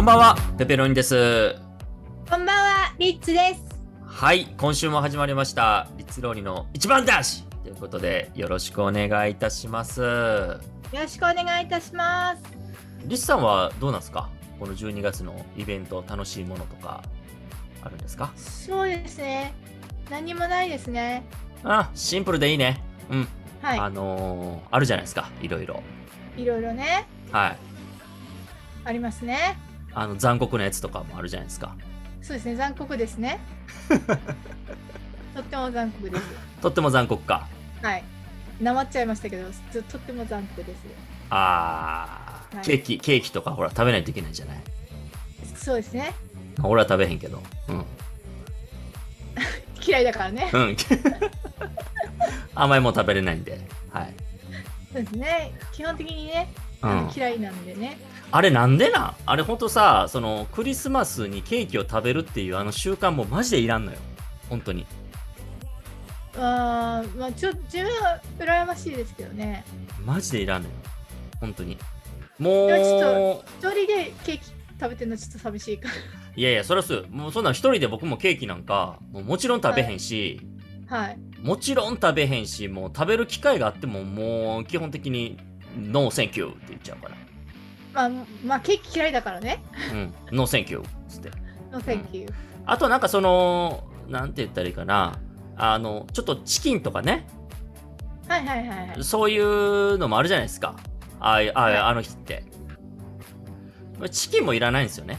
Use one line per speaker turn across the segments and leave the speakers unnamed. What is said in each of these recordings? んばんは、ペペロニです。
こんばんは、リッツです。
はい、今週も始まりました。リッツローリの一番ダッシュということで、よろしくお願いいたします。
よろしくお願いいたします。
リスさんはどうなんですかこの12月のイベント、楽しいものとか、あるんですか
そうですね。何もないですね。
あ、シンプルでいいね。うん。あ
は
のー、あるじゃないですか、いろいろ。
い。いろいろね、
はい。
ありますね。
あの、残酷なやつとかもあるじゃないですか。
そうですね、残酷ですね。 とっても残酷です。
とっても残酷か。
はい。なまっちゃいましたけど、ととっても残酷です。
あー、
はい
ケーキ、ケーキとかほら、食べないといけないじゃない
そうですね。
俺は食べへんけど。うん。
嫌いだからね。
うん。甘いもん食べれないんで。はい。
そうですね。基本的にね、
う
あ
ん
の、嫌いなんでね。
あれなんでなんあれほんとさ、そのクリスマスにケーキを食べるっていうあの習慣もマジでいらんのよ。本当に。
あーまあ、ちょ自分は羨ましいですけどね。
マジでいらんのよ。本当に。もう
やちょ、一人でケーキ食べてるのちょっと寂しいか
いやいや、そりゃそうよ。もうそんなん一人で僕もケーキなんか、もうもちろん食べへんし、
ら。はい。
もちろん食べへんし、もう食べる機会があってももう基本的に、ノーセンキューって言っちゃうから。
まあ、まあ、ケーキ嫌いだからね。
うん。ノーセンキューっつって。
No, thank you.
あとなんかその、なんて言ったらいいかな。あの、ちょっとチキンとかね、
はいはいはいはい。
そういうのもあるじゃないですか。ああいう、ああいう
はい
あの日って。チキンもいらないんですよね。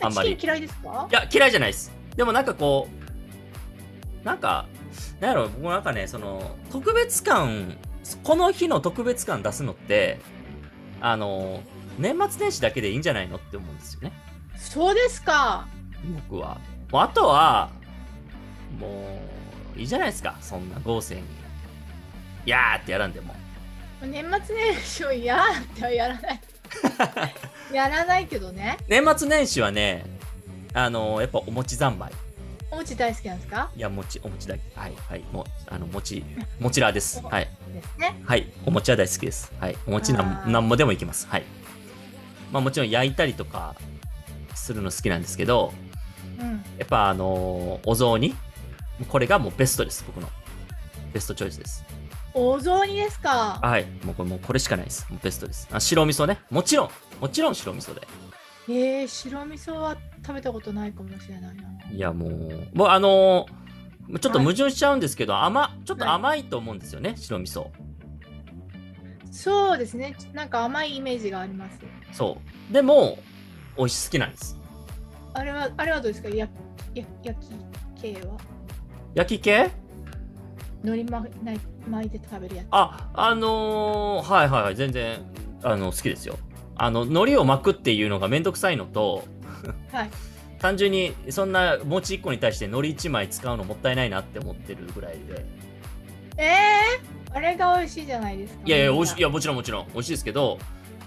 あんまり。
チ
い
キン嫌いですか
や、嫌いじゃないです。でもなんかこう、なんか、なんやろ、僕なんかね、その、特別感、この日の特別感出すのって、あの、年末年始だけでいいんじゃないのって思うんですよね。
そうですか。
僕は。もうあとは、もう、いいじゃないですか。そんな豪勢に。いやーってやらんでも。
年末年始をやーってはやら ない。やらないけどね。
年末年始はね、あのやっぱお餅三昧。
お餅大好きなんですか
いや、餅、お餅だけ。はい、はい。もう、あの、餅、餅らです。はい。
ですね。
はい。お餅は大好きです。はい。お餅なん
あー
なんぼでもいきます。はい。まあもちろん焼いたりとかするの好きなんですけど、
うん。
やっぱあのお雑煮これがもうベストです、僕の。ベストチョイスです。
お雑煮ですか
はい。もうこれ、もうこれしかないです。もうベストです。あ、白味噌ね。もちろん、もちろん白味噌で。
えー、白味噌は食べたことないかもしれないな。
いや、もう、もうあのーちょっと
はい
矛盾しちゃうんですけど、甘、ちょっと
はい
甘いと思うんですよね、白味噌。
そうですね。なんか甘いイメージがあります。
そう。でも、美味し好きなんです。
あれは、あれはどうですかやや焼き系は。
焼き系
海苔まない巻いて食べるやつ。
あ、あのーはいはいはい、全然、あの、好きですよ。あの、海苔を巻くっていうのがめんどくさいのと、
はい。
単純に、そんな餅1個に対して海苔1枚使うのもったいないなって思ってるぐらいで。
えー、あれが美味しいじゃないですか。
いやいや、美味しい、い
や。
や、もちろんもちろん、美味しいですけど、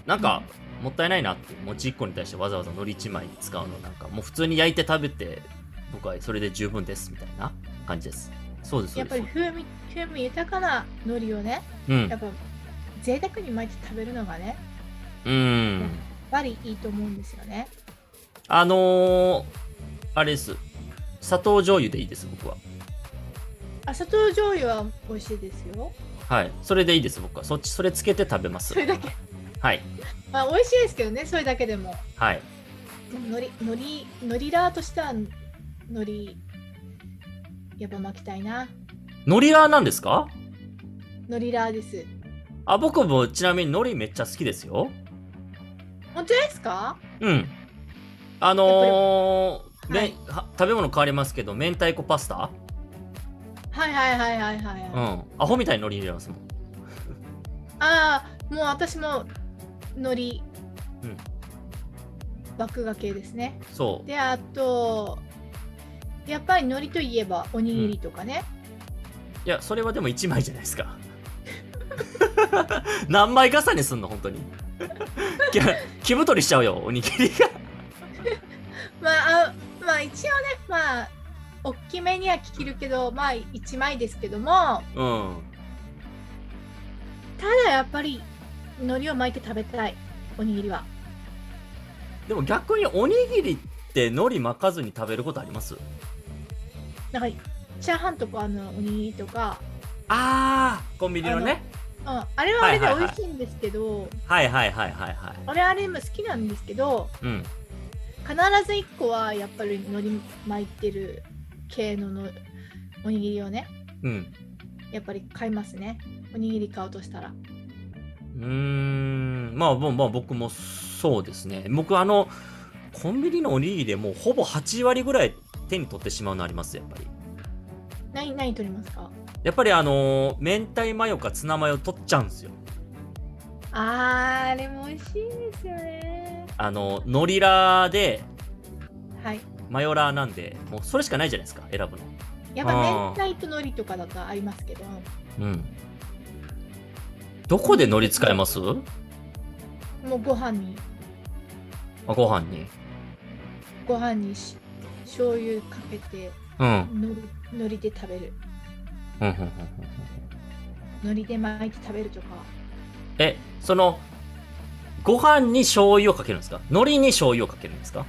なんか、もったいないなって、餅1個に対してわざわざ海苔1枚使うの、なんか、もう普通に焼いて食べて、僕はそれで十分です、みたいな感じです。そうです、そ
や
う
っ
で
ぱり
す。
風味風味豊かな海苔をね、
うん
や。っぱ贅沢に巻いて食べるのがね、やっ
うん。
ぱりいいと思うんですよね。
あのー、あれです。砂糖醤油でいいです、僕は。
あ砂糖醤油は美味しいですよ。
はい。それでいいです、僕は。そっち、それつけて食べます
そ。れだけ。
はい。
まあ美味しいですけどね、それだけでも。
はい。
でも海苔、海苔、海苔ラーとしては海苔、やっぱ巻きたいな。
海苔ラーなんですか
海苔ラーです。
あ、僕もちなみに海苔めっちゃ好きですよ。
本当ですか
うん。あのー
やっぱり
めは食べ物変わりますけど、明太子パスタ
はいはいはいはいはい。
うん。アホみたいに海苔入れますもん。
ああ、もう私も海苔、
うん
爆がけですね。
そう。
であとやっぱり海苔といえばおにぎりとかね、
いや、それはでも1枚じゃないですか。 何枚重ねすんの、本当に。き気太りしちゃうよ、おにぎり が。
まああまあ一応ねまあ大きめには切るけどまあ1枚ですけども
うん。
ただやっぱり海苔を巻いて食べたいおにぎりは
でも逆におにぎりって海苔巻かずに食べることあります
なんかチャーハンとかあのおにぎりとか、
あーコンビニのね
うん、あれはあれで
はいはいはい
美味しいんですけど、
はいはいはいはいはい
俺あれも好きなんですけど
うん
必ず1個はやっぱり海苔巻いてる系ののおにぎりをね
うん
やっぱり買いますねおにぎり買おうとしたら
うーんまあぼまあ僕もそうですね僕あのコンビニのおにぎりでもうほぼ8割ぐらい手に取ってしまうのありますやっぱり
何何取りますか
やっぱりあのー明太マヨかツナマヨ取っちゃうんですよ
あーあれも美味しいですよね
あのノリラーで
はい
マヨラーなんでもうそれしかないじゃないですか選ぶの
やっぱ
あ
明
ー
太と海苔とかだとありますけど
うんどこで海苔使います
もうご飯に
あご飯に
ご飯にし醤油かけて
うんうん
海苔海苔で食べる
うんうんうんうん
海苔で巻いて食べるとか
えそのご飯に醤油をかけるんですか海苔に醤油をかけるんですか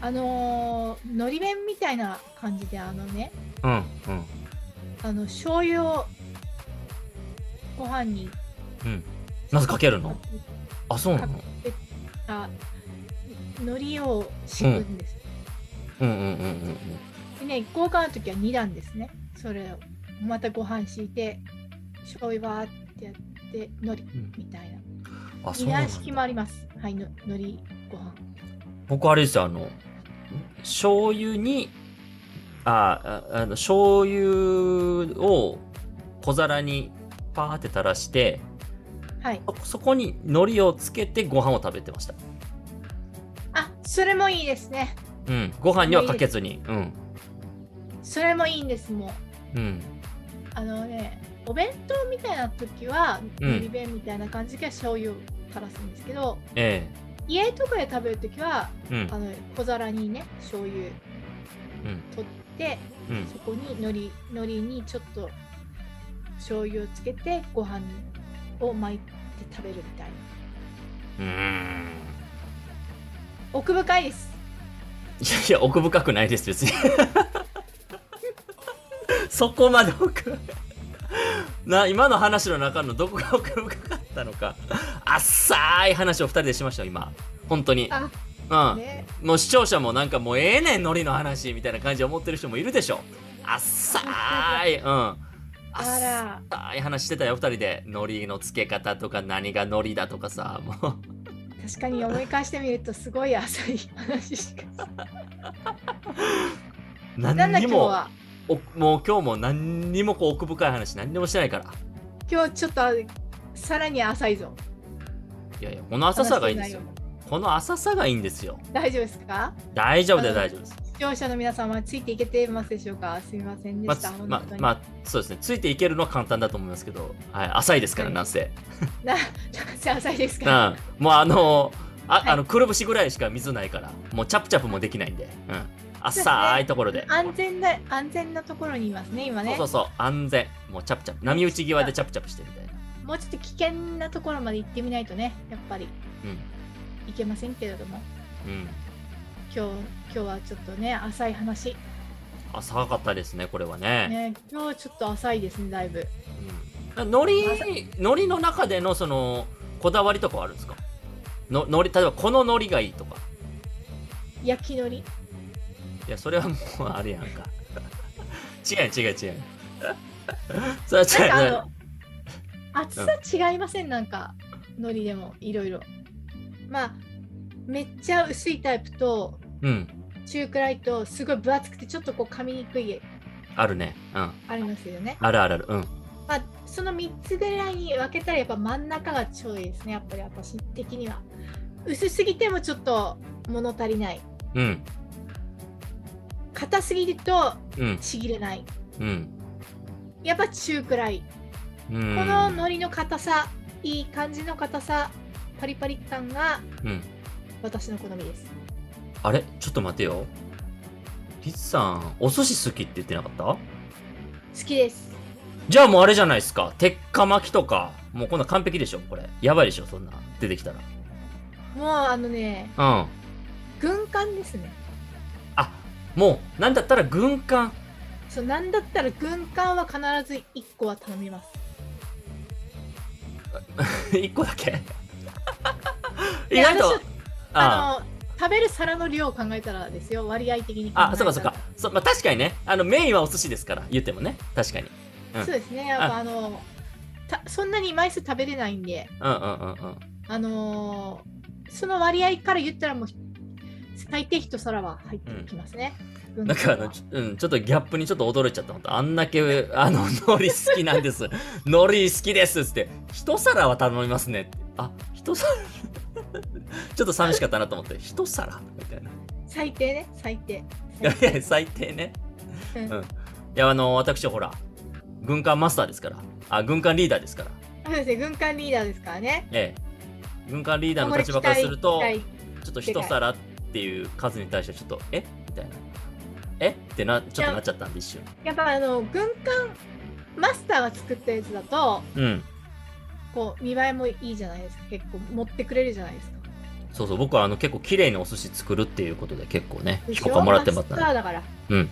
あのー、海苔弁みたいな感じであのね
うんうん
あの醤油をご飯に
うんなぜかけるのあそうな
か
の
けた海苔を敷くんです、
うんうんうんうんうん
でね交換の時は2段ですねそれをまたご飯敷いて醤油バーってやって海苔
うん
みたいな
あそう
二
なん
段式も
だ
ありますはいの海苔ご飯
僕あれですよあの醤油にあああの醤油を小皿にパーって垂らして
はい
そそこに海苔をつけてご飯を食べてました
あそれもいいですね
うんご飯にはかけずにうん
それもいいんですもう
うん
あのねお弁当みたいな時は
うん
海苔弁みたいな感じで醤油を垂らすんですけど、
え
家とかで食べる時は
えうん
あの小皿にね醤油
うん
取って
うん
そこに海苔海苔にちょっと醤油をつけてご飯を巻いて食べるみたいな
うーん
奥深いです
いやいや奥深くないです別に そこまで奥深いな今の話の中のどこが奥深かったのか浅い話を2人でしましたよ今本当に
あ
うん、
ね
もう視聴者もなんかもうええねんのりの話みたいな感じで思ってる人もいるでしょ浅いうん
あら
あい話してたよ2人でのりの付け方とか何がのりだとかさもう
確かに思い返してみるとすごい浅い話しかなんだ
何に
今日
も
は
おもう今日も何にもこう奥深い話何にもしてないから
今日ちょっとさらに浅いぞ
いやいやこの浅さがいいんですよ
話の内
この浅さがいいんですよ
容大丈夫ですか
大丈夫で
あの
大丈夫です
視聴者の皆様ついていけてますでしょうかすみませんで
まあ
し
つ
た、
ま
本当
あ
に、
まあそうですねついていけるのは簡単だと思いますけど、はい、浅いですから
はい
なんせ、
ななんせ浅いです
う
か
ん、
ら
もうあのあ、
はい
あのくるぶしぐらいしか水ないからもうチャプチャプもできないんで、うん、浅いところで
安全な安全なところにいますね今ね
そうそうそう安全もうチャプチャプ波打ち際でチャプチャプしてみたいな
もうちょっと危険なところまで行ってみないとねやっぱりいけませんけれども
うんうん
今日今日はちょっとね浅い話
浅かったですねこれはね
ね今日ちょっと浅いですねだいぶ
うん海苔海苔の中でのそのこだわりとかはあるんですかの海苔例えばこの海苔がいいとか
焼きのり
いやそれはもうあれやんか違う違う違うそれは
な
違う違
んか
う
あの厚さ違いませんなんかのりでもいろいろまあめっちゃ薄いタイプと
うん
中くらいとすごい分厚くてちょっとこう噛みにくい
あるねうん
ありますよね
あるあるあるうん
まあその3つぐらいに分けたらやっぱ真ん中がちょうどいいですねやっぱり私的には薄すぎてもちょっと物足りない
うん
硬すぎると
うん
ちぎれない
うん
やっぱ中くらい
うん
この海苔の硬さいい感じの硬さパリパリ感が
うん
私の好みです
あれちょっと待てよリツさんお寿司好きって言ってなかった
好きです
じゃあもうあれじゃないですか鉄火巻きとかもうこんなん完璧でしょこれやばいでしょそんな出てきた
もうあのね
らうん
軍艦ですね
あもうなんだったら軍艦
そうなんだったら軍艦は必ず1個は頼みます
1個だけ
い
意
や
外と
私
あ
あの食べる皿の量を考えたらですよ割合的に考えたら
あそうかそうかそう、まあ、確かにねあのメインはお寿司ですから言ってもね確かにうん
そうですねやっぱあのたそんなに枚数食べれないんで
うんうんうんうん
あのーその割合から言ったらもう最低一皿は入ってきますね、軍
なんかあ
艦は
の、ちうん、ちょっとギャップにちょっと驚いちゃった。本当あんだけ、あの、海苔好きなんです。 海苔好きですっつって、一皿は頼みますねって。あ、一皿 ちょっと寂しかったなと思って、一皿みたいな。
最低ね最低
いやいや、最低ね。
う
うん
ん。
いや、あの、私ほら、軍艦マスターですから。あ、軍艦リーダーですから。
そうですね軍艦リーダーですからね
ええ。軍艦リーダーの
これ期
立場
待
からすると、
期待
ちょっと一皿っていう数に対して、ちょっと、えみたいな。えってな、ちょっとなっちゃったんで、一瞬。
やっぱあの軍艦マスターが作ったやつだと
うん。
こう見栄えもいいじゃないですか結構持ってくれるじゃないですか
そうそう、僕はあの結構綺麗にお寿司作るっていうことで結構ね、
でしょ
評価もらってもらった
マ
ん
ス
で
ターだから
うん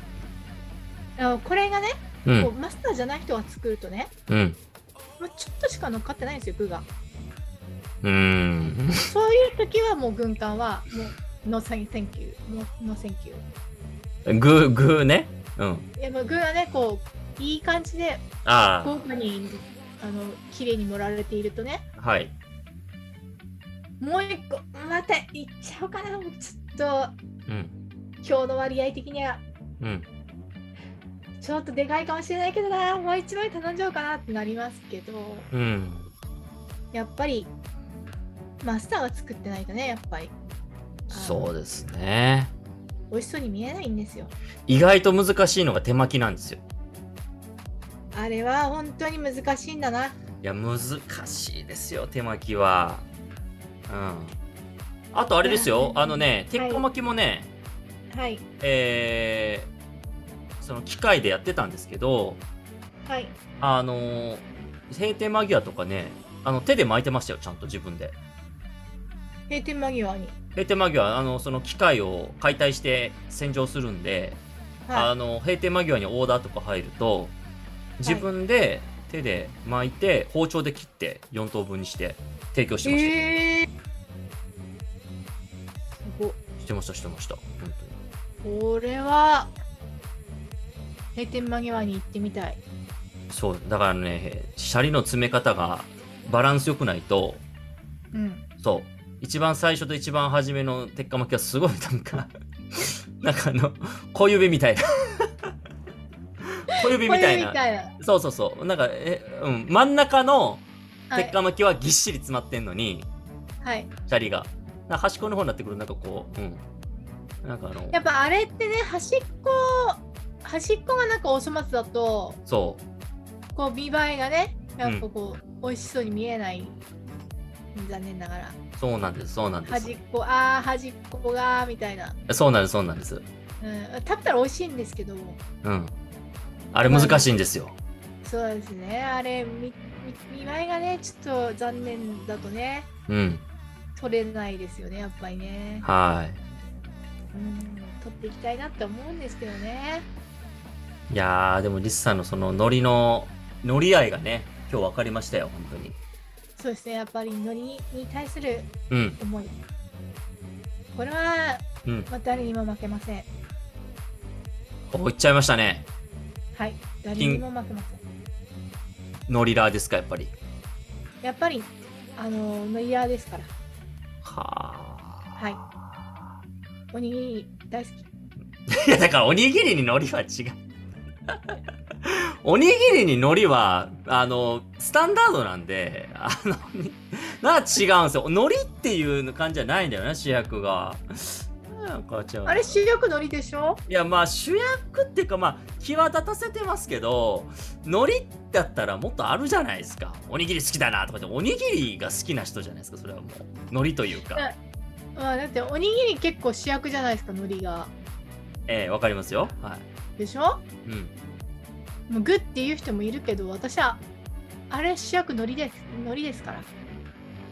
あのこれがね、
う、
こうんマスターじゃない人が作るとね
うん、
もうちょっとしか乗っかってないんですよ具が
うーん。
そういう時はもう軍艦はもうノーサンセンキューもうノーセンキュー
グー、グーね。うん。
いやもう具はねこういい感じで
あ
豪華にあの綺麗に盛られているとね
あ、はい。
もう一個またいっちゃおうかなもうちょっと
うん、
今日の割合的には
うん。
ちょっとでかいかもしれないけどなもう一枚頼んじゃおうかなってなりますけど
うん。
やっぱりマスターは作ってないとねやっぱり
そうですね。
美味しそうに見えないんですよ
意外と難しいのが手巻きなんですよ。
あれは本当に難しいんだない
や、難しいですよ、手巻きは。うん。あとあれです
い
よ、
や
あのね、鉄火巻きもね、
はい
えー、その機械でやってたんですけど、
はい
あのー、閉店間際とかね、あの、手で巻いてましたよ、ちゃんと自分で。
閉店間際に
閉店間際、あの、その機械を解体して洗浄するんで、あ
は
の、閉店間際にオーダーとか入ると、自分で手で巻いて、包丁で切って4等分にして提供し
い
てましたよ。
えー、すごい
してました、してました。本当に。
これは閉店間際に行ってみたい
そう、だからね、シャリの詰め方がバランス良くないと、
うん
そう。一番最初と一番初めの鉄火巻きはすごいなんか、 なんかあの、小指みたいな。小指みたい
これ
な
み。たいな
そうそうそう。なんか、え、うん、真ん中の
は
鉄
い、
火巻きはぎっしり詰まってんのに、
はい、
シャリが。なんか端っこの方になってくるなんかこう、うん。なんかあの、
やっぱあれってね端っこ端っこがなんかお粗末だと
そう。
こう見栄えがねやっぱこう、美味しそうに見えない残念ながら
そうなんです、そうなんで
端っこあー端っこがーみたいな、
す。そうなんです、そうなんです。
うん、食べたら美味しいんですけど
うん。あれ難しいんですよ。
そうですねあれ見見見栄えがねちょっと残念だとね
うん。
取れないですよねやっぱりね、
はい。
うん、取っていきたいなって思うんですけどね
いやー、でもリスさんのそのノリの、ノリ愛がね、今日分かりましたよ、本当に。
そうですねやっぱりのりに対する
うん、
思いこれは、
うん
まあ、誰にも負けません
ここ行っちゃいましたね。
はい誰にも負けません
ノリラーですか、やっぱり。
やっぱりあのノリヤーですから
はー。
はいおにぎり大好 き
いや、だからおにぎりに海苔は違う。 おにぎりに海苔は、あの、スタンダードなんで、あの、 になんか違うんですよ。海苔っていう感じじゃないんだよな、主役が。なんか違う。
あれ主力のりでしょ
いやまあ主役っていうかまあ際立たせてますけど海苔だったらもっとあるじゃないですかおにぎり好きだなとかっておにぎりが好きな人じゃないですかそれはもう海苔というか
ねまあだっておにぎり結構主役じゃないですかのりが
ええわかりますよはい
でしょ
うん
もうグっていう人もいるけど私はあれ主役のりですのりですから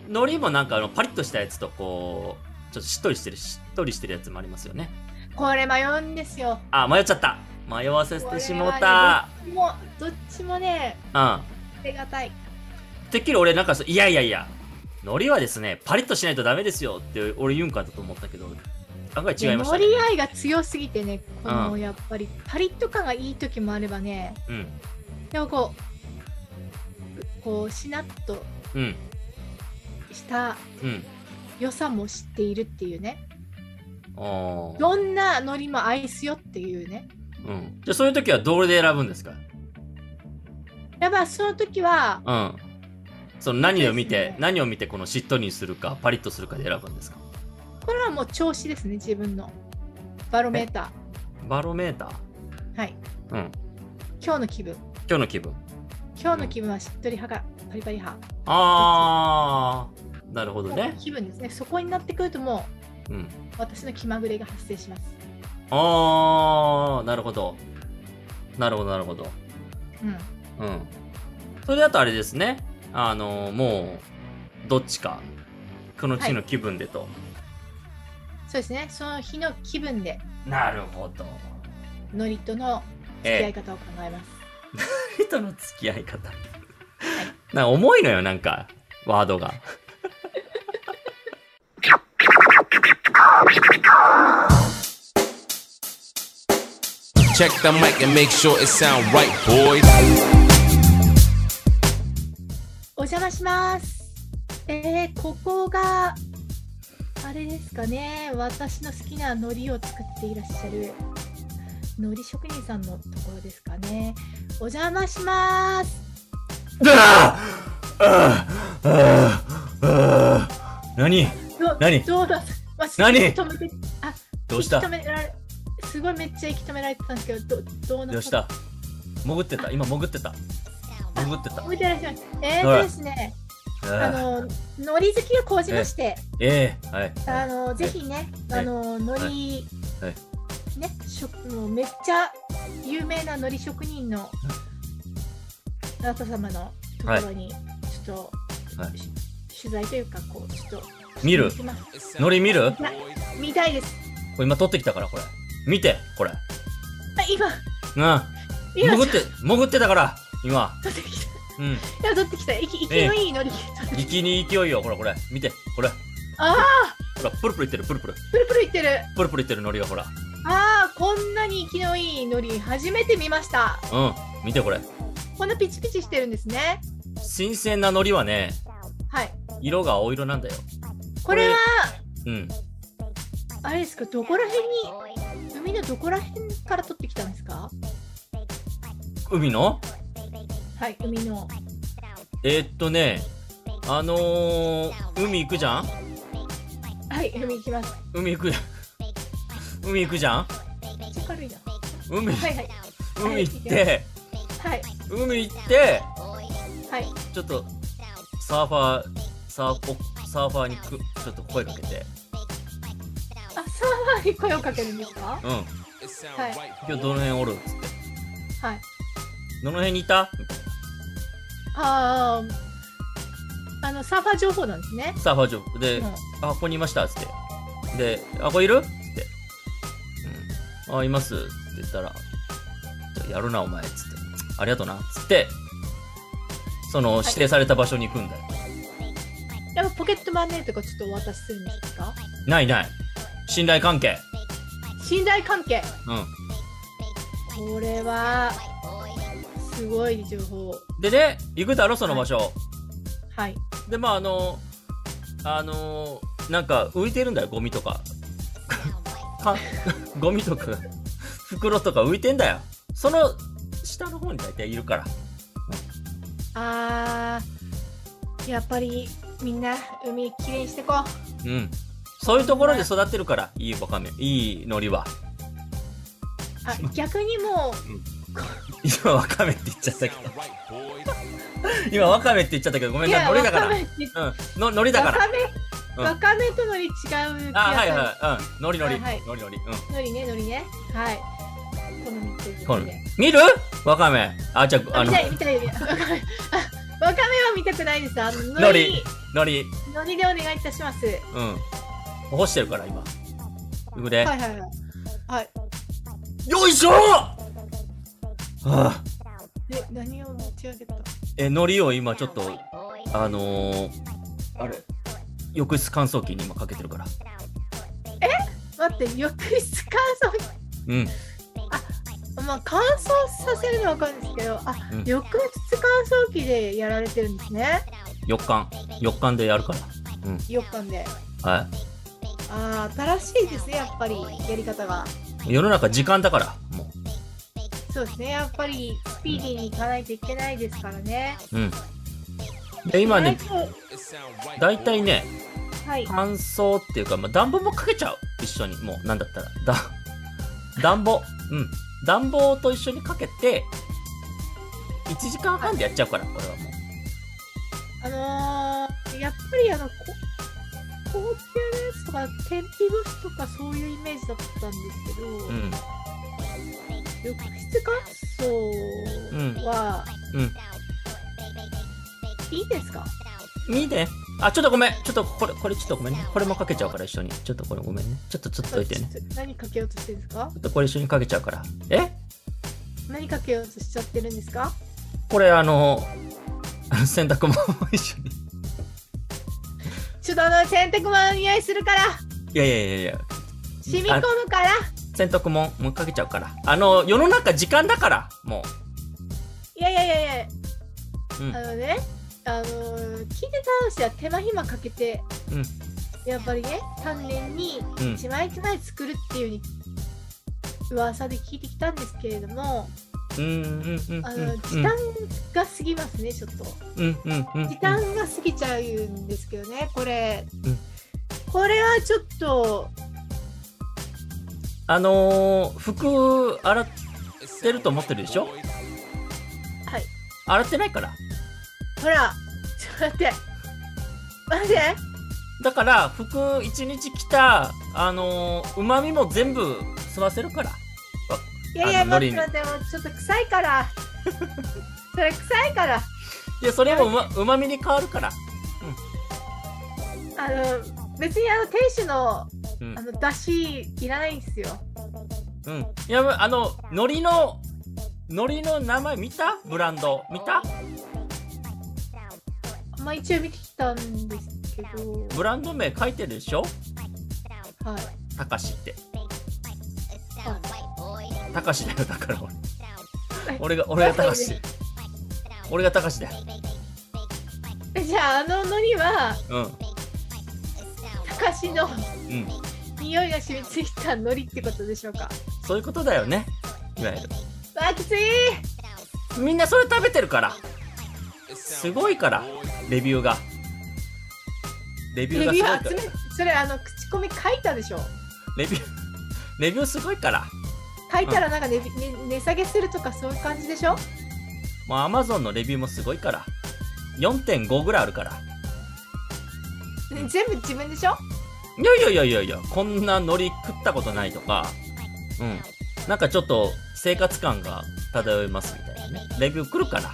海苔もなんかあのパリッとしたやつとこうちょっとしっとりしてるしっとりしてるやつもありますよね。
これ迷うんですよ
あ、迷っちゃった。迷わせてしもうた。
もうどっちもね
うん。
手堅い
てっきり俺なんかそう、いやいやいや、海苔はですね、パリッとしないとダメですよって俺言うんかと思ったけど、案外違いました
盛
ね。
り合いが強すぎてねこ
う
の
ん
やっぱりパリッと感がいい時もあればね
うん。
でもこうこうしなっと
うん。
した
うん。
良さも知っているっていうね
ああ。
どんな海苔も愛すよっていうね
うん。じゃあそういう時はどれで選ぶんですか
やっぱその時は
うん。その何を見
そうで
て、
すね
何を見てこのしっとりにするか、パリッとするかで選ぶんですか
これはもう調子ですね自分のバロメータ
バロメーター
ーはい
うん。
今日の気分
今日の気分。
今日の気分はしっとり派かパリパリ派
ああ。なるほど
もう
ね。
気分ですねそこになってくるとも
うん。
う私の気まぐれが発生します、
ああ、なるほど。なるほど、なるほど。
うん、
うん。それだとあれですね。あのもう、どっちか。この地の気分でと。
そうですねその日の気分で
なるほど。
ノリとの付き合い
ええ。
方を考えます、
人の付き合い方。なんか重いのよ、なんか、ワードが。
Check the mic and make sure it sound right, boys.
お邪魔しますえー、ここがあれですかね私の好きな海苔を作っていらっしゃる海苔職人さんのところですかねお邪魔します
何
ど
何
どうだ、まあ、
何
止めてあ
どうした
息止められすごいめっちゃ息止められてたんですけどどどうな
どうした潜ってた今潜ってた潜ってた
覚えてらっしゃいえ
は
ー
い
とですね、
あ
あ
ー
の海苔好きを講じまして、
ええはい
あのぜひね、
はい
あの海苔、
は
ね、しょもうめっちゃ有名な海苔職人のあなた様のところにちょっと、
はい
し取材というかこうちょっと
見る
行きます
ノリ見る
見たいです。
これ今撮ってきたからこれ見てこれ
あ今
うん
今
潜って潜ってたから今
取ってき
うん
た。いや取ってきた。息息のいい海苔。
息に勢いよほらこれ見てこれ
ああ
ほらプルプルいってるプルプル
プルプルいってる。
プルプルいってるノリがほら
ああこんなに息のいい海苔初めて見ました。
うん見てこれ
こんなピチピチしてるんですね。
新鮮なノリはね
はい。
色が青色なんだよ
これは
うん
あれですかどこら辺に海のどこら辺から取ってきたんですか
海の
はい海の
えー、っとねあのー、海行くじゃん
はい海行きます
海行く海行くじゃん
めっちゃ軽いな
海
はいはい
海行って
はい
海行って
はい
ちょっとサーファーサーフおサーファーにくちょっと声かけて
あサーファーに声をかけるんですか
うん
はい
今日どの辺おるっつって
はい
どの辺にいた
あーあのサーファー情報なんですね
サーファージョブで、
うん
あここにいましたっつってであここいるっつって、うん、あいますって言ったらじゃあやるなお前っつってありがとなっつってその指定された場所に行くんだよ、
やっぱポケットマネーとかちょっとお渡しするんですか
ないない信頼関係
信頼関係
うん
これはすごい情報
でね行くだろその場所、
はい
でまああのあのなんか浮いてるんだよゴミとかか ゴミとか袋とか浮いてんだよその下の方に大体いるから
あーやっぱりみんな海きれいにしてこう
うんそういうところで育ってるからいいわかめいい海苔は
あ逆にもう
今わかめって言っちゃったけ ど今わかめって言っちゃったけどごめん
い
な
や
海苔だか
わ
ら
めって
うんの海苔だか
わ
ら
かめ、
うん
わかめとのり違う気がする。
あはいはいうん海苔海
はいは
苔海苔海
い
苔うん
のりね、のりね。はい。この三つ。
これ見るわかめあじゃああ
あ見
の
たい、見たい、見 たい。わかめ、あわかめは見たくないです。あの、
の
の
り
り、
海苔
のりでお願いいたします。
うん干してるから今いくで、
はいはいはい。はい。
よいしょはあ
で、何を持ち上げた
え海苔を今ちょっとあのー、あれ浴室乾燥機に今かけてるから
待って、浴室乾燥
うん
機、まあ乾燥させるのはわかるんですけど、あ、
うん
浴室乾燥機でやられてるんですね。
4日4日でやるか
よっかんで。
らは
ああ、新しいですね、やっぱり、やり方が。
い世の中時間だからも
そうですね、やっぱり、スピーディーに行かないといけないですからね。
ううんで今ね
意外と
大体ね
はい。
乾燥っていうか、まあ、暖房もかけちゃう一緒にもうなんだったらだ 暖房うん暖房と一緒にかけて1時間半でやっちゃうから俺はも
あのー、やっぱりあの、こ高級なやつとか、天日干しとかそういうイメージだったんですけど、
ううん
浴室乾燥は、
うん
いいですか、
見てあちょっとごめんちょっとこれこれちょっとごめんねこれもかけちゃうから一緒にちょっとこれごめんねちょっとちょっとどいてね
ちょっと何かけようとしてるんですか
ちょっとこれ一緒にかけちゃうからえ
何かけようとしちゃってるんですか
これあの あの洗濯も一緒に
ちょっとあの、洗濯物の匂いするから、
いやいやいやいや
染み込むから、
洗濯ももうかけちゃうからあの世の中時間だからも
いやいやいやいや、
うん
あのね、あのー、聞いてた話は手間暇かけて、
うん
やっぱりね、丹念に
ううん
一枚一枚作るっていうに噂で聞いてきたんですけれども、
うんうんうんうん
あの時短が過ぎますね、ちょっと。
うんうんうん
時短が過ぎちゃうんですけどね、これ。
うん
これはちょっと、
あのー、服洗ってると思ってるでしょ
はい、
洗ってないから
ほら、ちょっと待って。待って、
だから服一日着たあのうまみも全部吸わせるから
いやいや、
あの
待って
海
待って、もうちょっと臭いから。 それ臭いから。
いやそれもうまみに変わるから
あの別にあの店主の
うん
あの出汁いらないんですよ。
うんいやあの海苔の海苔の名前見たブランド見た
まあ一応見てきたんですけど、
ブランド名書いてるでしょ
はい。
たかしって
あ
たかしだよだから
え
俺俺が俺がたか し俺がたかしだよ
えじゃああののりは
うん
たかしの
うん
匂いが染みついたのりってことでしょうか。
そういうことだよねいわゆ
わあきつい。
るみんなそれ食べてるからすごいからレビューがレビュー
レ
がす
ビ
ご
ュ
い
ー
から
集めそれあの口コミ書いたでしょ。
レビュー レビューすごいから
書いたらなんか値、ね値下げするとかそういう感じでしょ。
もうアマゾンのレビューもすごいから4.5ぐらいあるから
ね全部自分でしょ。
いやいやいやいやいやこんな海苔食ったことないとかうんなんかちょっと生活感が漂いますみたいなねレビュー来るから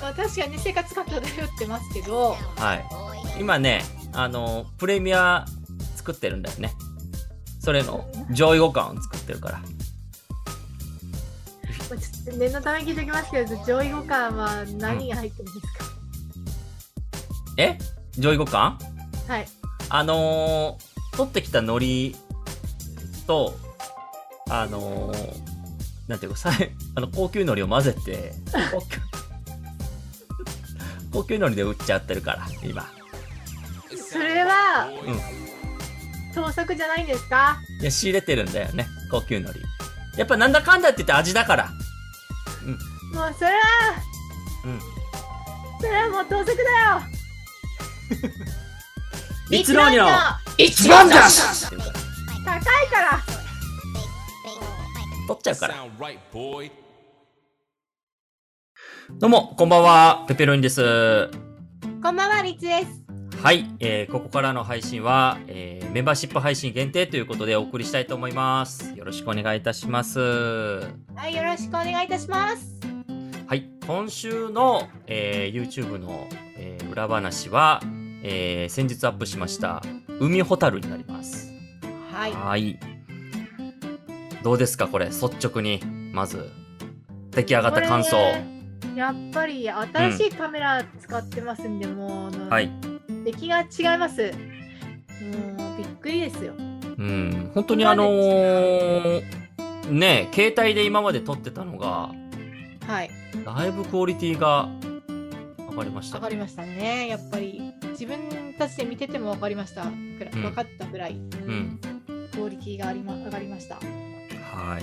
まあ確かに生活感漂ってますけど、
はい今ねあのプレミア作ってるんだよねそれの上位互換を作ってるから
まあちょっと念のため聞いておきますけど、上位互換は何が入ってるんですか。
え上位互換
はい。
あのー、取ってきた海苔と、あのー、なんていうか、さい あの高級海苔を混ぜて、高級 高級海苔で売っちゃってるから、今。
それは
うん。
盗作じゃないんですか
いや、仕入れてるんだよね、高級海苔。やっぱなんだかんだって言って味だから。
もうそれは
うん。
それはもう盗作だよ
いつのにの
一番だし
っていうから
高いから
取っちゃうから。
Sound right, boy.
どうも、こんばんは、ペペロンです。
こんばんは、リツです
はい、えーここからの配信は、えーメンバーシップ配信限定ということでお送りしたいと思います。よろしくお願いいたします。は
はい、よろしくお願いいたします
い、今週の、えー YouTube の、えー裏話は、えー先日アップしました、海ホタルになります。
ははい。
はい。どうですかこれ、率直に、まず、出来上がった感想
こ。れやっぱり新しいカメラ使ってますんで、もうあの、
はい。
出来が違います。もうびっくりですよ。
うん。本当にあのーねえ、携帯で今まで撮ってたのが、
はい。
だいぶクオリティが上がりました
わか
ね。
りましたね。やっぱり自分たちで見ててもわかりました。くら
うん
わかったぐらい
うん。
クオリティがありま上がりました。
はい。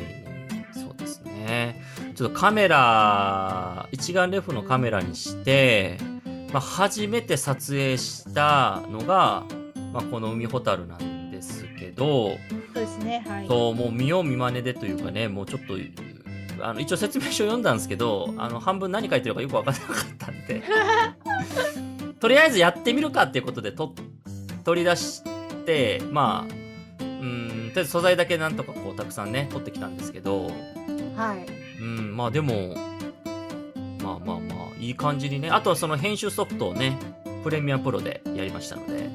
そうですね。ちょっとカメラ、一眼レフのカメラにして、まあ、初めて撮影したのが、まあ、この海ホタルなんですけど、
そうですね。はい。
そう、もう見よう見まねでというかね、もうちょっと、あの、一応説明書読んだんですけど、あの、半分何書いてるかよくわからなかったん で、とりあえずやってみるかっていうことで、と、取り出して、まあ、うん、とりあえず素材だけなんとかこう、たくさんね、取ってきたんですけど、
はい。
うん、まあでも、まあまあまあ、いい感じにね、あとはその編集ソフトをね、プレミアプロでやりましたので、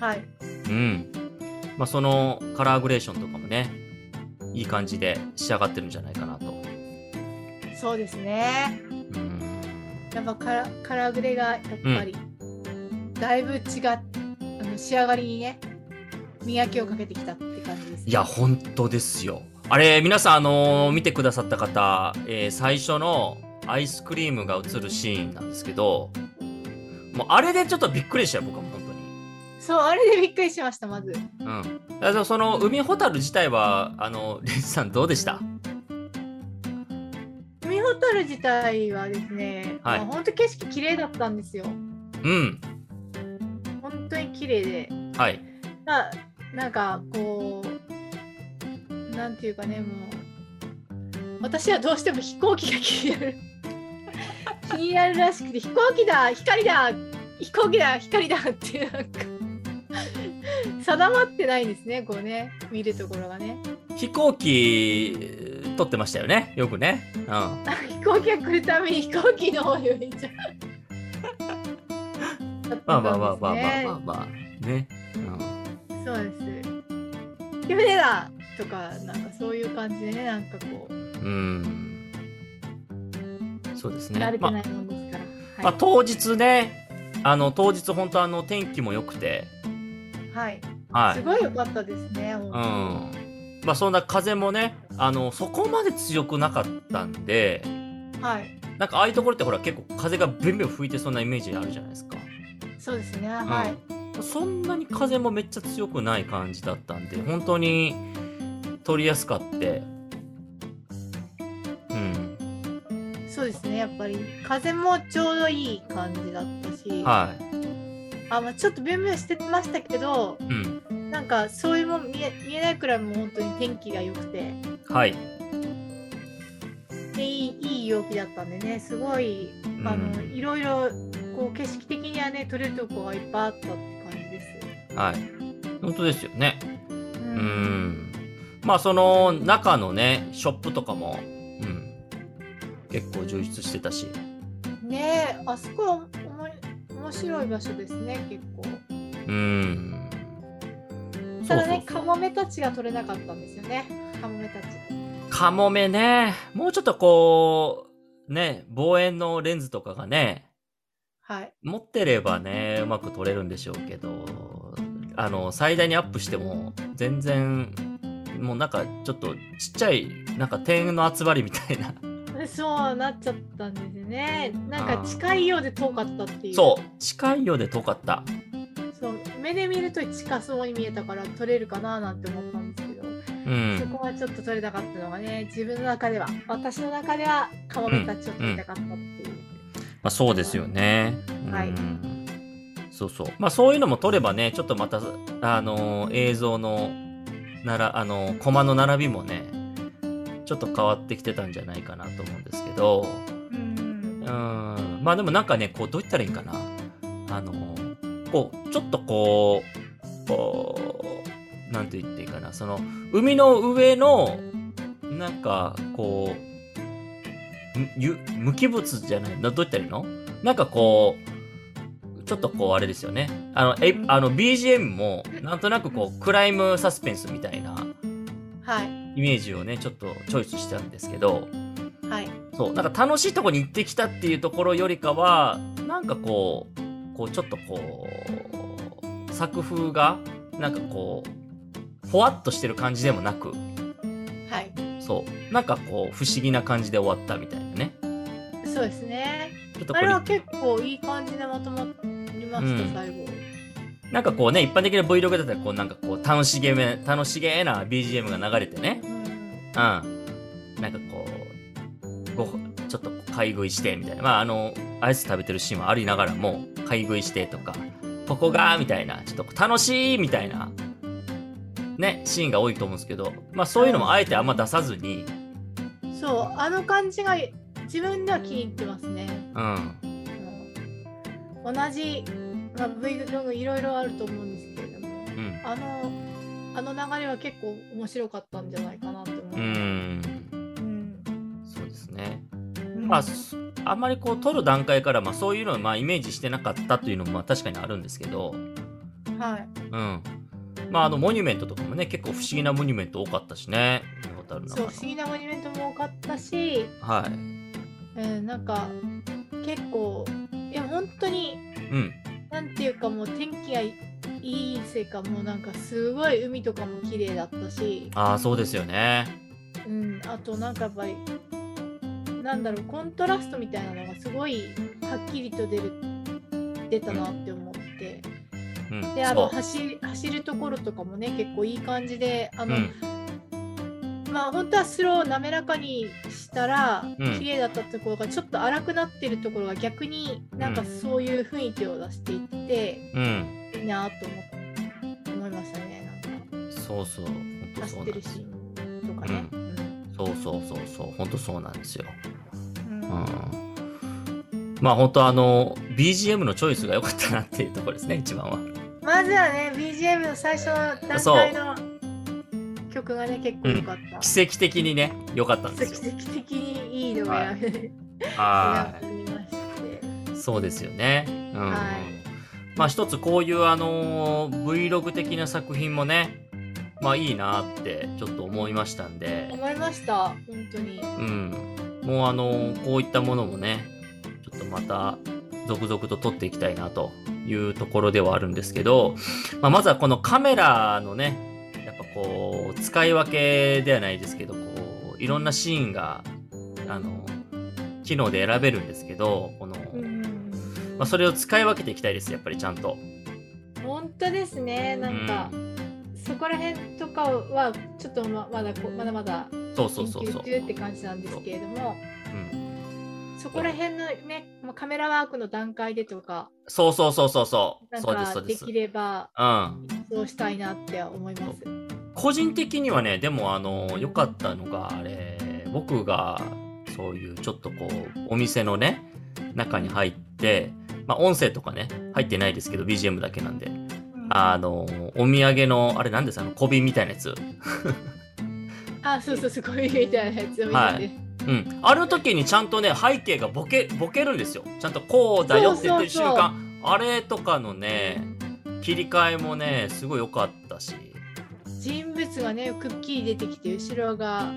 はい。
うん。まあ、そのカラーグレーションとかもね、いい感じで仕上がってるんじゃないかなと。
そうですね。
うん。
やっぱカラカラーグレがやっぱり、だいぶ違っあの仕上がりにね磨きをかけてきたって感じです、ね。
いや、本当ですよ。あれ、皆さん、あのー見てくださった方、えー最初のアイスクリームが映るシーンなんですけど、もうあれでちょっとびっくりしたよ、僕はもう本当に。
そうあれでびっくりしましたまず。
うん。だからその、海ホタル自体は、あの、 レイジさんどうでした
海ホタル自体はですね、
はい
まあ本当景色綺麗だったんですよ。
うん。
本当に綺麗で、
はい。
ななんかこうなんていうかねもう私はどうしても飛行機が気になる 気になるらしくて飛行機だ光だ飛行機だ光だっていうなんか定まってないんですねこうね見るところがね
飛行機、撮ってましたよね。よくね。うん。
飛行機が来るために飛行機の方へ行っちゃう
まあまあまあまあまあま
だ
あ
っ
まあね。うん
たんですねそうです夢だとかなんかそういう感じでねなんかこう
うん。そうですね。
慣れ
ま
て
あ、
ないもんですから、
まあ当日ね、あの当日本当あの天気も良くて、
はい、
は
す
い。
ごい良かったですね。
うん。
は
まあそんな風もね、あのそこまで強くなかったんで、
い、
なんかああいうところってほら結構風がビュンビュン吹いてそんなイメージあるじゃないですか。
そうですね。はい、
うん、そんなに風もめっちゃ強くない感じだったんで本当に撮りやすかってうん
そうですね。やっぱり風もちょうどいい感じだったし、
は
あ、まあちょっとビュンビュンしてましたけど、
いうん
なんかそういうもん見え見えないくらいもう本当に天気が良くて、
はい
でいいいい陽気だったんでね、すごいあの、
うん
いろいろこう景色的にはね撮れるとこがいっぱいあったって感じです。
はい本当ですよね
う
う。んまあその中のねショップとかも、うん、結構充実してたし
ねえ、あそこはおも面白い場所ですね。結構。
うんそう
ただね
そうそ
カ
う
モメたちが取れなかったんですよねカモメたち
カモメねもうちょっとこうね望遠のレンズとかがね
はい
持ってればねうまく撮れるんでしょうけどあの最大にアップしても全然もうなんかちょっとちっちゃいなんか点の集まりみたいな
そうなっちゃったんですねなん
あ
か
ー
近いようで遠かったっていう
そう近いようで遠かった
そう目で見ると近そうに見えたから取れるかななんて思ったんですけど、
う
そ
ん
こはちょっと取れなかったのがね自分の中では私の中ではカモメたちを取りたかったっていう、
まあそうですよね
はい
うんそうそうまあそういうのも撮ればねちょっとまたあのー映像のならあのーコマの並びもねちょっと変わってきてたんじゃないかなと思うんですけど
うん
うーんまあでもなんかねこうどう言ったらいいんかなあのこうちょっとこうこうなんて言っていいかなその海の上のなんかこうむゆ無機物じゃないなどう言ったらいいのなんかこうちょっとこうあれですよね。あの、えあの BGM もなんとなくこうクライムサスペンスみたいな
はい
イメージをね、ちょっとチョイスしたんですけど、
はい
そう、なんか楽しいとこに行ってきたっていうところよりかは、なんかこう、こうちょっとこう、作風が、なんかこう、ふわっとしてる感じでもなく、
はい
そう、なんかこう、不思議な感じで終わったみたいなね。
そうですね
ちょっとこ
あれ
れ
は、結構いい感じでまとまりました、
うん
最後
なんかこうね、一般的な Vlog だったら、こうなんかこう、楽しげめ、楽しげな BGM が流れてね、うん。なんかこう、ご、ちょっと買い食いして、みたいな。まあ、あの、アイス食べてるシーンはありながらも、買い食いしてとか、ここが、みたいな、ちょっと楽しい、みたいな、ね、シーンが多いと思うんですけど、まあそういうのもあえてあんま出さずに、
そうあの感じが自分では気に入ってますね
うん。
同じ、まあ、Vlog いろいろあると思うんですけれども
うん。
あのあの流れは結構面白かったんじゃないかなって思
う
いま
ん。
すうん
そうですね。
うん
まあ、すあんまりこう、撮る段階から、まあそういうのを、まあイメージしてなかったというのも、まあ確かにあるんですけど、
はい
うん。まあ、あの、モニュメントとかもね、結構不思議なモニュメント多かったしね。見たことあるな
そう不思議なモニュメントも多かったし、
はい。
うん、なんか結構いや本当に
うん。
なんていうかもう天気がいいせいかもうなんかすごい海とかも綺麗だったし、
ああ、そうですよね。
うん、あとなんかやっぱりなんだろうコントラストみたいなのがすごいはっきりと出る出たなって思って、
うん。
であの
そう。
走り走るところとかもね結構いい感じであ
う
の、
ん。
まあ本当はスローを滑らかにしたら
うん
綺麗だったところがちょっと荒くなってるところが逆になんかそういう雰囲気を出していって
うん。
いいなと思思いましたねなんか
そうそう。本当そうな
走って
んで
る
す
シ
よ。
ーンとかね。
そうそうそうそう。本当そうなんですよ。
うん
う
うん
ん。まあ、本当あの、BGM のチョイスが良かったなっていうところですね、一番は。
まずはね BGM の最初の段階の曲がね結構良かった。
奇跡的にね、良かったんです
奇
よ。
跡的にいいのが選べ
は
選びまして。
い。そうですよね。うん。
はい
まあ一つこういうあのー Vlog 的な作品もね、まあいいなってちょっと思いましたんで、
思いました本当に。
うん。もうあのーこういったものもね、ちょっとまた続々と撮っていきたいなというところではあるんですけど、まあまずはこのカメラのね、やっぱこう、使い分けではないですけど、こう、いろんなシーンが、あの機能で選べるんですけど、この、
うん
まあそれを使い分けていきたいです、やっぱりちゃんと。
本当ですねなんか、
う
そこら辺とかはちょっとままだこうまだまだ
そうそう
研
そうそう
究。中って感じなんですけれども
うん、
そこら辺のねもうカメラワークの段階でとか
そうそうそうそうそう。
なん
そうです、そ
か
うで。
ですきれば
うん。
そうしたいなって思います。
個人的にはね、でも、あの、良かったのが、あれ、僕が、そういう、ちょっとこう、お店のね、中に入って、まあ、音声とかね、入ってないですけど、BGM だけなんで、あの、お土産の、あれ、なんですあの、小瓶みたいなやつ。
あそうそうそうこういうみたいなやつを見
は
て
いうん。あの時にちゃんとね、背景がボケ、ボケるんですよ。ちゃんとこうだよって言ってる瞬間、
そう
あれとかのね、切り替えもね、すごい良かったし。
人物がねくっきり出てきて後ろが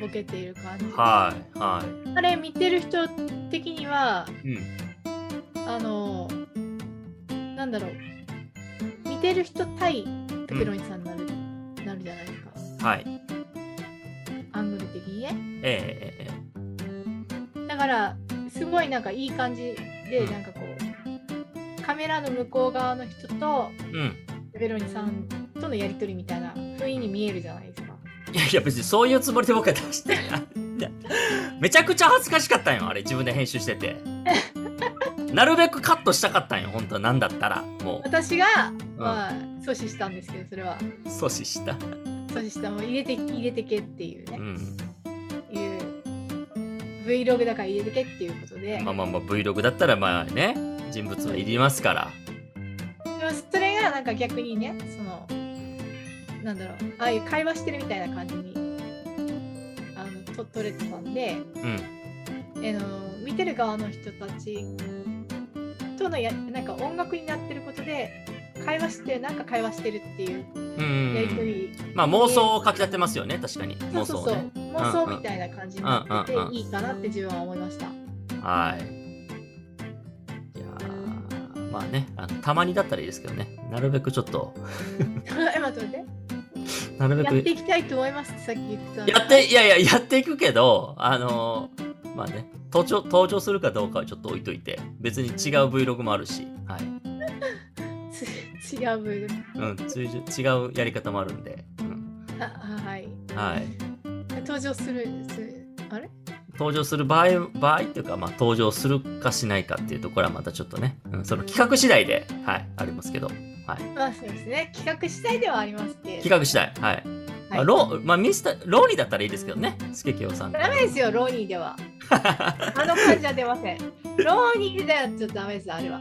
ボケている感じ、
はい、は。
あれ見てる人的にはい
うん。
あのなんだろう見てる人対ペペロニさんになる、なるじゃないですか
はい。
アングル的にね
ええええ
だからすごいなんかいい感じで
うん
なんかこうカメラの向こう側の人と
ええうん。
ペペロニさんとのやり取りみたいな雰囲気に見えるじゃないですか
いやいや、別にそういうつもりで僕は出してない。 めちゃくちゃ恥ずかしかったんよ、あれ、自分で編集して て。なるべくカットしたかったんよ、本当はなんだったら。も
私が、
う、うん、
まあ阻止したんですけどそれは
阻止した。
阻止したもう入れて入れてけっていう
う
ね、
ん。
いう Vlog だから入れてけっていうことで、
まあまあまあ、Vlog だったら、まあね、人物はいりますから。
でもそれがなんか逆にねそのなんだろうああいう会話してるみたいな感じにあのと撮れてたんで、
うん。
えの見てる側の人たちとのやなんか音楽になってることで会話してなんか会話してるっていう
う
やりと
ん。
り、
まあ妄想をかき立てますよね、確かに。
そう
妄
そ
想
う
を
そう
ね。
妄想みたいな感じになって
うんうんうん
ていいかなって自分は思いました。
はい。いやーまあねあの、たまにだったらいいですけどね。なるべくちょっと、
え待って待って
なるべ
や
く
っていきたいと思いますってさっき言ってたの
やって、いやいや、やっていくけど、あのーまあね、登場、登場するかどうかはちょっと置いといて、別に違う Vlog もあるし、はい。
つ 違う部分
うん、つい違うやり方もあるんで、うん、
あはい
はい。
登場するすあれ
登場する場合、場合っていうか、まあ、登場するかしないかっていうところはまたちょっとね、うん、その企画次第で、はい、ありますけど、はい。
まあそうですね企画次第ではありますけど
企画次第、はい。まあ、ロー、まあ、ミスター、ローリーだったらいいですけどね、スケケオさん。
ダメですよローニーではあの感じは出ま せんローニーではちょっとダメですあれは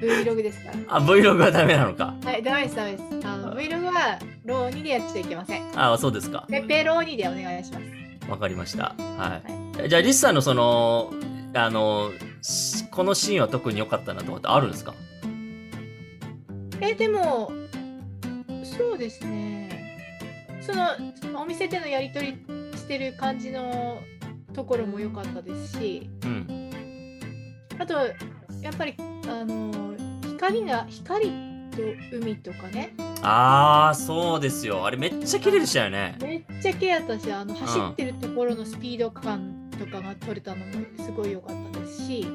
Vlog ですから
あ、Vlog はダメなのか。
はいダメですダメですあの Vlog はローニーでやっちゃいけません
あ、そうですか。
ペペローニーでお願いします
わかりました。はい。じゃあ、リスさんのその、あの、しこのシーンは特に良かったなとかってあるんですか
えでもそうですねそのお店でのやり取りしてる感じのところも良かったですし
うん。
あとやっぱりあの光が光と海とかね
ああ、そうですよ。あれめっちゃ綺麗でしたよね。
めっちゃ綺麗だったしあの走ってるところのスピード感とかが取れたのもすごい良かったですし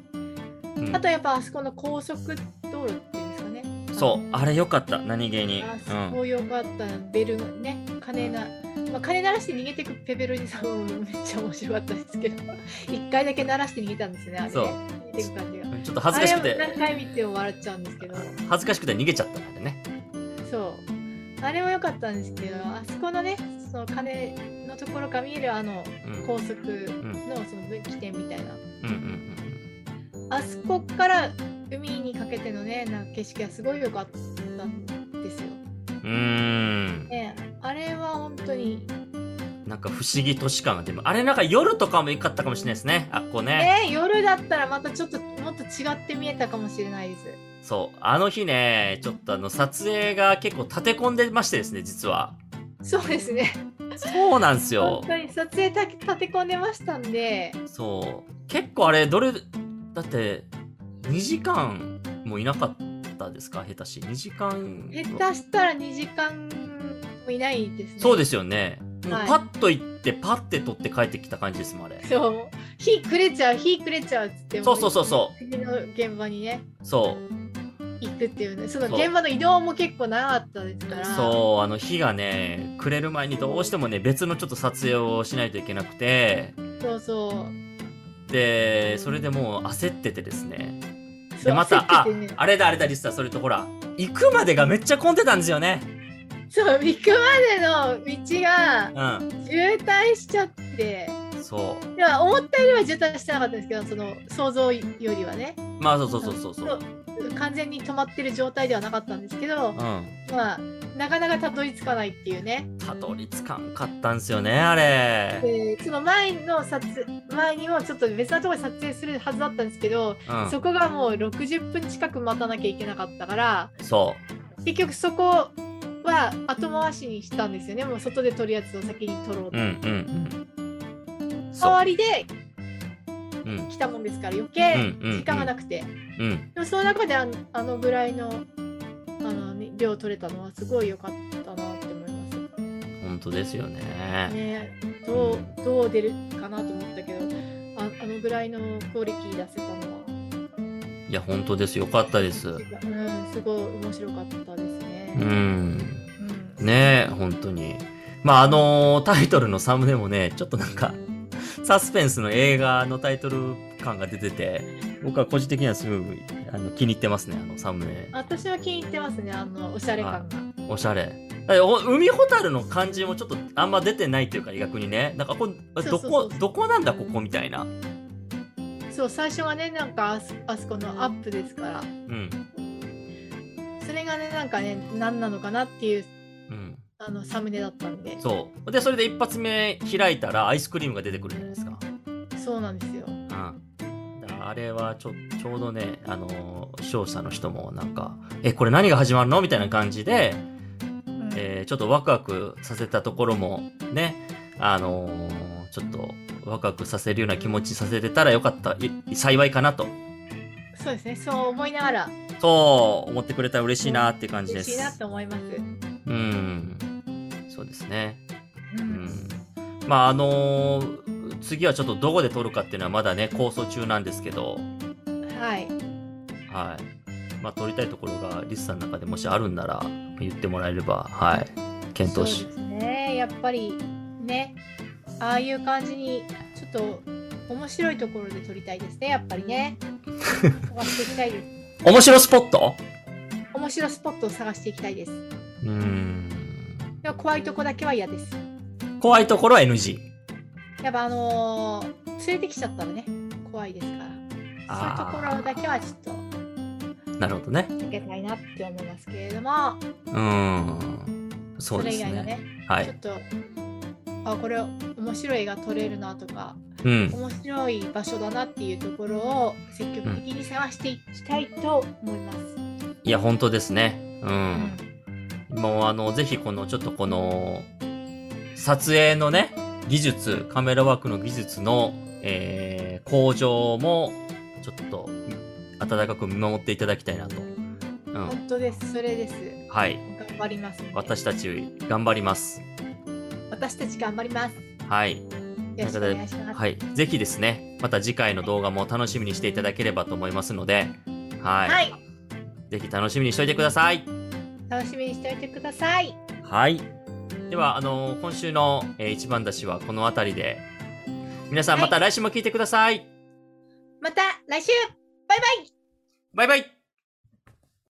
うん
あとやっぱあそこの高速道路っていうんですかね
そう、あれ良かった。何気に。
あ
う
そ
ん。
こよかった、ベルね金な、まあ、金鳴らして逃げてくペペロニさんもめっちゃ面白かったですけど一回だけ鳴らして逃げたんですねあれね
そう
逃げてく感じが
ちょっと恥ずかしく
あれも何
て、
回見ても笑っちゃうんですけど
恥ずかしくて逃げちゃったんでね。
そうあれも良かったんですけどあそこのねその金のところから見えるあの
うん。うん
高速のその分岐点みたいな
うんうん
あそこから海にかけてのねなんか景色がすごい良かったんですよ、
うん。うーん。
ね、あれは本当に
なんか不思議都市感が出る。あれなんか夜とかも良かったかもしれないですね。あっこうね。
ね、夜だったらまたちょっともっと違って見えたかもしれないです。
そう。あの日ね、ちょっとあの撮影が結構立て込んでましてですね、実は。
そうですね。
そうなんですよ
本。当に撮影た立て込んでましたんで、
そう。結構あれ、どれ、だって、2時間もいなかったですか下手し。2時間。
下手したら2時間もいないですね。
そうですよね。もう
はい
パッと行って、パッて撮って帰ってきた感じですもん、あれ。
そう。火くれちゃう、火くれちゃうっつって。。
そうそうそうそう
次の現場にね、
そう。
行くっていうね。その
そう
現場の移動も結構長かったですから。
そう、あの日がね、暮れる前にどうしてもね、別のちょっと撮影をしないといけなくて、
そうそう。
で、それでもう焦っててですね。
そ
で、
う
また、あ
焦っててね、
あれだ、あれだ、リスター、それとほら、行くまでがめっちゃ混んでたんですよね。
そう、行くまでの道が
う
渋滞しちゃって。
ん。そう。
いや思ったよりは渋滞してなかったんですけどその想像よりはね
まあ、そうそうそうそうそう。
完全に止まってる状態ではなかったんですけど
うん。
まあなかなかたどり着かないっていうね
たどり着かんかったんすよねあれ、
でその前の撮前にもちょっと別なところで撮影するはずだったんですけど、
うん、
そこがもう60分近く待たなきゃいけなかったから
そ
結局そこは後回しにしたんですよねもう外で撮るやつを先に撮ろう
う
と。
うんうんうん
代
そう
わりで
うん
来たもんですから余
う
計
んうん
時間がなくて。
うん
でもその中であのあのぐらいのあのね量取れたのはすごい良かったなって思いま
本当ですよ
す。
ね
ねどうどう出るかなと思ったけどああのぐらいのクオリティ出せたのは、
いや本当ですよかったです
うん、すごい面白かったです
う
ね。
ん
うん
ねえ本当にまああのータイトルのサムネもねちょっとなんかサスペンスの映画のタイトル感が出てて僕は個人的にはすごいあの気に入ってますねあのサムネ
私は気に入ってますねあのおしゃれ感が。
おしゃれ。だってお海ほたるの感じもちょっとあんま出てないというか逆にねなんかこれ
そ
ど
うそうそ
こ
う
どこなんだここみたいな
そう最初はねなんかあそあそこのアップですから
うん
それがねなんかね何なのかなっていう
うん
あのサムネだったんで
そうでそれで一発目開いたらアイスクリームが出てくるじゃないですか
そうなんですよ。
うんだからあれはちょちょうどね、あのー視聴者の人もなんか、え、これ何が始まるのみたいな感じで、
うん
えーちょっとワクワクさせたところもね、あのーちょっとワクワクさせるような気持ちさせてたらよかった、い幸いかなと。
そうですね、そう思いながら
そう思ってくれたら嬉しいなっていう感じで
嬉しいな
す。
と思います。
うん。そうですね。
う
うんん。まあ、あのー次はちょっとどこで撮るかっていうのはまだね、構想中なんですけど、
はい、
はい。まあ、撮りたいところがリスさんの中でもしあるんなら言ってもらえれば、はい。検
そう
討
で
し。
すね、やっぱりね、ああいう感じにちょっと面白いところで撮りたいですね、やっぱり ね。探していきたいです。
面白スポット
面白スポットを探していきたいです。
うん。
でも怖いとこだけは嫌です。
怖いところは NG。
やっぱあのー連れてきちゃったらね、怖いですから。そういうところだけはちょっと
なるほどね。
避けたいなって思いますけれども、
うん。
そ
そうで
れ以
す
外の
ね。
ね、
は
ちょっ
い。
と、あ、これ面白い映画撮れるなとか、
うん。
面白い場所だなっていうところを積極的に探していきたいと思います。
いや、本当ですね。う。
うん
もうあの、ぜひこの、ちょっとこの、撮影のね、技術、カメラワークの技術の、えー、向上も、ちょっと、温かく見守っていただきたいなと。うん。
本当です。それです。
はい。
頑張ります。
私たち、頑張ります。
私たち頑張ります。よ
はい。
ろしくお願いします。
はい。ぜひですね、また次回の動画も楽しみにしていただければと思いますので、はい。
はい、
ぜひ楽しみにしておいてください。
楽しみにしておいてください。
はい。では、あの今週の、えー一番出しはこの辺りで、皆さん
はい
また来週も聞いてください。
また来週バイバイ
バイバイ